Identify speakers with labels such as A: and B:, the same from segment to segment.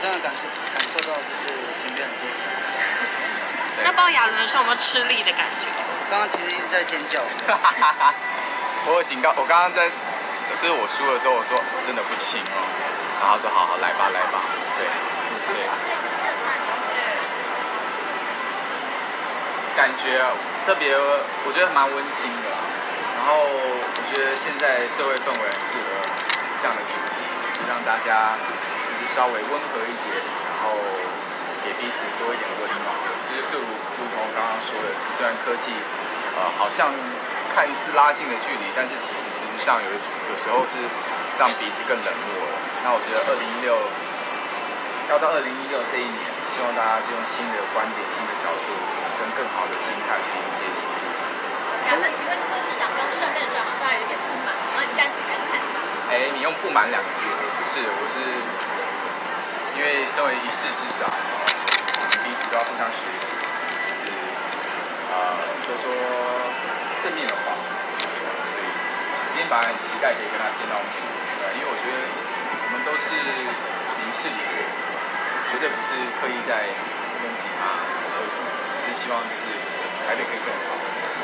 A: 真的感受感受到就是前辈很贴心。对
B: 那抱亚伦的时候有没有吃力的感觉？
A: 我刚刚其实一直在尖叫，
C: 哈哈哈哈！ 我有警告，我刚刚在，就是我输的时候，我说真的不行哦，然后他说好好来吧来吧，对对。感觉啊特别，我觉得蛮温馨的啊、然后我觉得现在社会氛围呃很适合这样的主题，就让大家就是稍微温和一点，然后给彼此多一点温暖。就是就如如同刚刚说的，虽然科技呃好像看似拉近了距离，但是其实实际上有有时候是让彼此更冷漠了。那我觉得二零一六要到二零一六这一年，希望大家就用新的观点、新的角度，跟更好的心态去迎接新的一年。
D: 然后请问柯市长刚上任的时候好像有点不满，然后你现在怎么样看？
C: 哎，你用不满两个字，啊不是，我是因为身为一事之长，啊我们彼此都要互相学习，就是呃，都说正面的话，所以今天本来很期待可以跟他见到面，呃，因为我觉得我们都是凝视里的人，绝对不是刻意在攻击他或者什么，只是希望就是台北可以更好。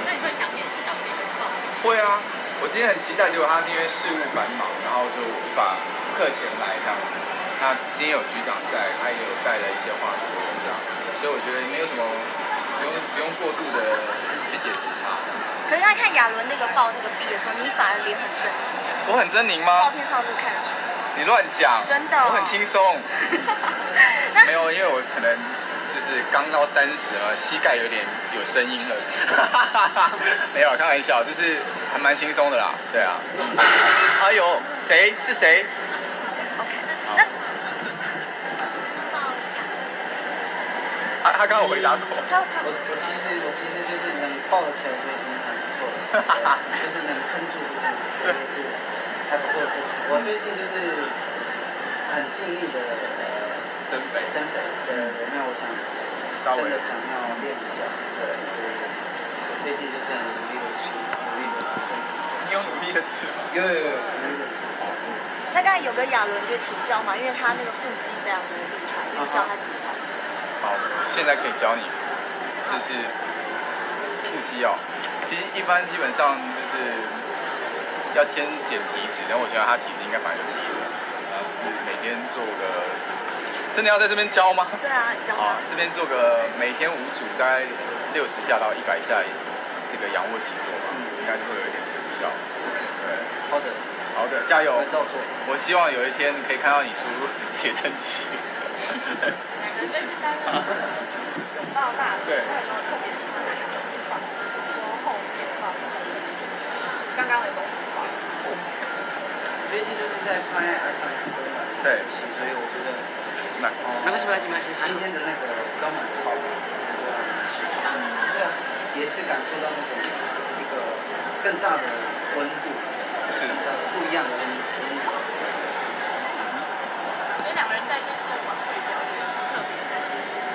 D: 那你会想念市长这个报吗？
C: 会啊，我今天很期待，结果他因为事务繁忙，然后就无法课前来这样子。那今天有局长在，他也有带了一些话说这样，所以我觉得没有什么不用不用过度的去解读他。
E: 可是他看亚伦那个抱那个臂的时候，你反而脸很狰狞，
C: 我很狰狞
E: 照
C: 吗？
E: 片上就看得出。
C: 你乱 讲，
E: 真的哦
C: 我很轻松。
E: 那
C: 没有，因为我可能就是刚到三十了，膝盖有点有声音了。 没有，开玩笑，就是还蛮轻松的啦。对啊。哎呦，谁是谁？
E: OK，
C: 好他
E: 那
C: 啊他刚刚有回答过。
E: 他
A: 我
E: 他
A: 我其实我其实就是能抱得起来就已经很不错了，对就是能撑住不撑，这也是还不错的事情。我最近就是很尽力的呃
C: 真美
A: 增肥，对，对那我想
C: 稍微
A: 真的想要练一下，对，所以最近就是很努力的去努力的增肥，
C: 你有努力的吃吗？
A: 有有有努力的吃，对
E: 那刚才有个亚伦就请教嘛，因为他那个腹肌非常的厉害，你教他几招？
C: 好，现在可以教你，就是腹肌哦。其实一般基本上就是要先减体脂，但我觉得他体脂应该蛮有力的，然后就是每天做个，真的要在这边教吗？
E: 对啊，你教
C: 啊这
E: 他，。
C: 边做个每天五组，大概六十下到一百下，这个仰卧起坐吧，应该就会有一点成效。对，
A: 好的，
C: 好的，加油
A: 我！会照做。
C: 我希望有一天可以看到你出写真集。
D: 你这是担任拥抱大使，那有没有特别喜欢哪一种方式？说后面抱的或者是刚刚的公主抱？
A: 最近就是在拍爱上很多人，
C: 对
A: 所以我觉得，
C: 那
A: 哦，没关系，没关系，没关系。今天的那个刚满好，对啊，也是感受到那种一个更大的温度，
C: 是
A: 更大的不一样的温温度。
D: 所以两个人在一起的晚会比较特别。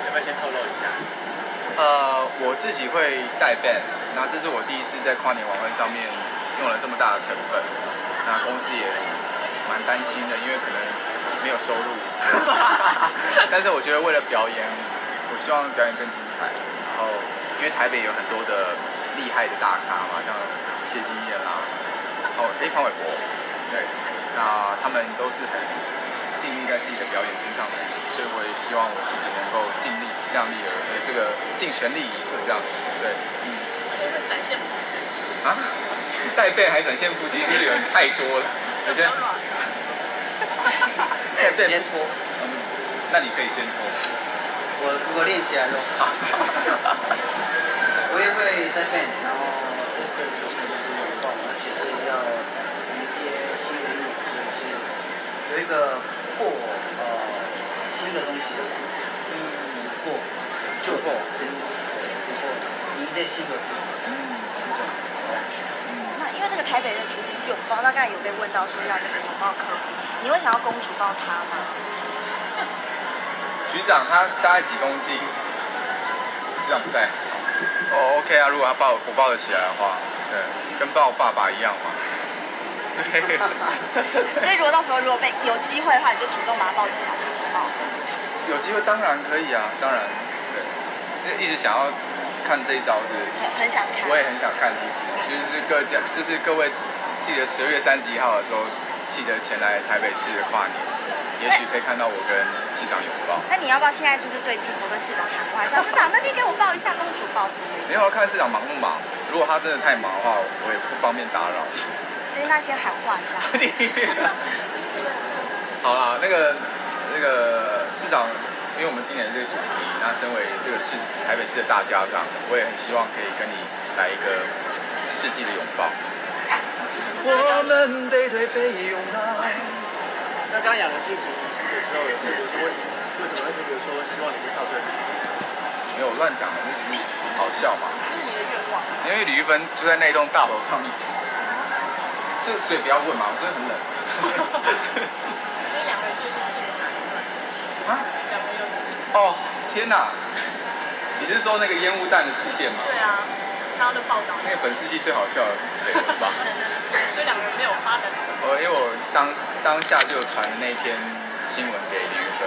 F: 要不要先透露一下？
C: 呃，我自己会带 band，那这是我第一次在跨年晚会上面用了这么大的成本，那公司也蛮担心的，因为可能没有 收入。但是我觉得为了表演，我希望表演更精彩。然后，因为台北有很多的厉害的大咖嘛，像谢金燕啦，哦，诶，潘玮柏，对，那他们都是很尽力在自己的表演身上的，所以我也希望我自己能够尽力量力而为，这个尽全力以赴这样子，对，嗯，
D: 所以会展现不是？
C: 啊， 带背还展现腹肌，是不是有点太多了？有些带背
A: 先脱，
C: 嗯，那你可以先 脱。
A: 我我练起来 了，我也会在 band，然后这次就是拥抱，而且是要迎接新的一年，所以是有一个破呃新的东西的感觉，嗯，破
C: 突破
A: 新的突破，迎接新的自己，
C: 嗯
A: 一种感觉。
E: 那因为这个台北的主题是拥抱，那刚才有被问到说要那个拥抱科普，你会想要公主抱他吗？
C: 局长他大概几公斤？局长不在。哦，OK 啊，如果他抱我抱得起来的话，对，跟抱爸爸一样嘛。
E: 所以如果到时候如果被有机会的话，你就主动把它抱起来，就去抱。
C: 有机会当然可以啊，当然，对，就一直想要看这一招子，
E: 很很想看。
C: 我也很想看，其实就是各家，就是各位记得十二月三十一号的时候，记得前来台北市跨年，也许可以看到我跟市长拥抱。
E: 那你要不要现在就是对镜头跟市长喊话一 下？市长那天给我抱一下公主抱之类
C: 没有看市长忙不忙，如果他真的太忙的话，我也不方便打扰。
E: 的，对，那先喊话一下。
C: 好啦，那个那个市长，因为我们今年这个主题，那身为这个市台北市的大家长，我也很希望可以跟你来一个世纪的拥抱。我们背对背拥抱。
F: 那刚刚两人进行仪式的时候，也是有说为什么会特别说希望你是跳这个
C: 没有乱讲，那只是好笑嘛。
D: 这是你的愿望。啊
C: 因为李玉芬住在那栋大楼上面，就所以不要问嘛，我真的很冷。
D: 所以两个人就是进来，
C: 啊？
D: 两个人有进来。
C: 哦，天哪！你是说那个烟雾弹的事件吗？
D: 对啊，大家都报道。
C: 那个本世纪最好笑的绯闻吧。
D: 所以两个人没有发展。
C: 我因为我当当下就传那篇新闻给李玉芬，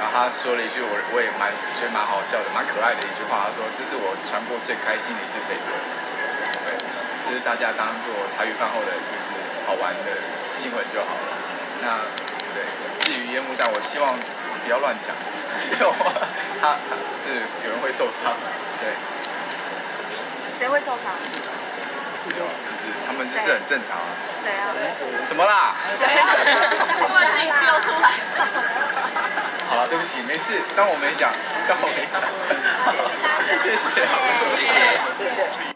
C: 然后他说了一句我我也蛮觉得蛮好笑的，蛮可爱的一句话，他说这是我传过最开心的一次绯闻，对，就是大家当做茶余饭后的就是好玩的新闻就好了。那对，至于烟雾弹，我希望不要乱讲，因为我他他就是有人会受伤，对。
E: 谁会受伤？
C: 没有啊就是他们就是很正常啊。
E: 谁啊？
C: 什么啦？
E: 谁 啊？
D: 突然间飙出来。
C: 好了，对不起，没事，当我没讲，当我没讲。谢谢，
E: 谢谢
A: 谢谢。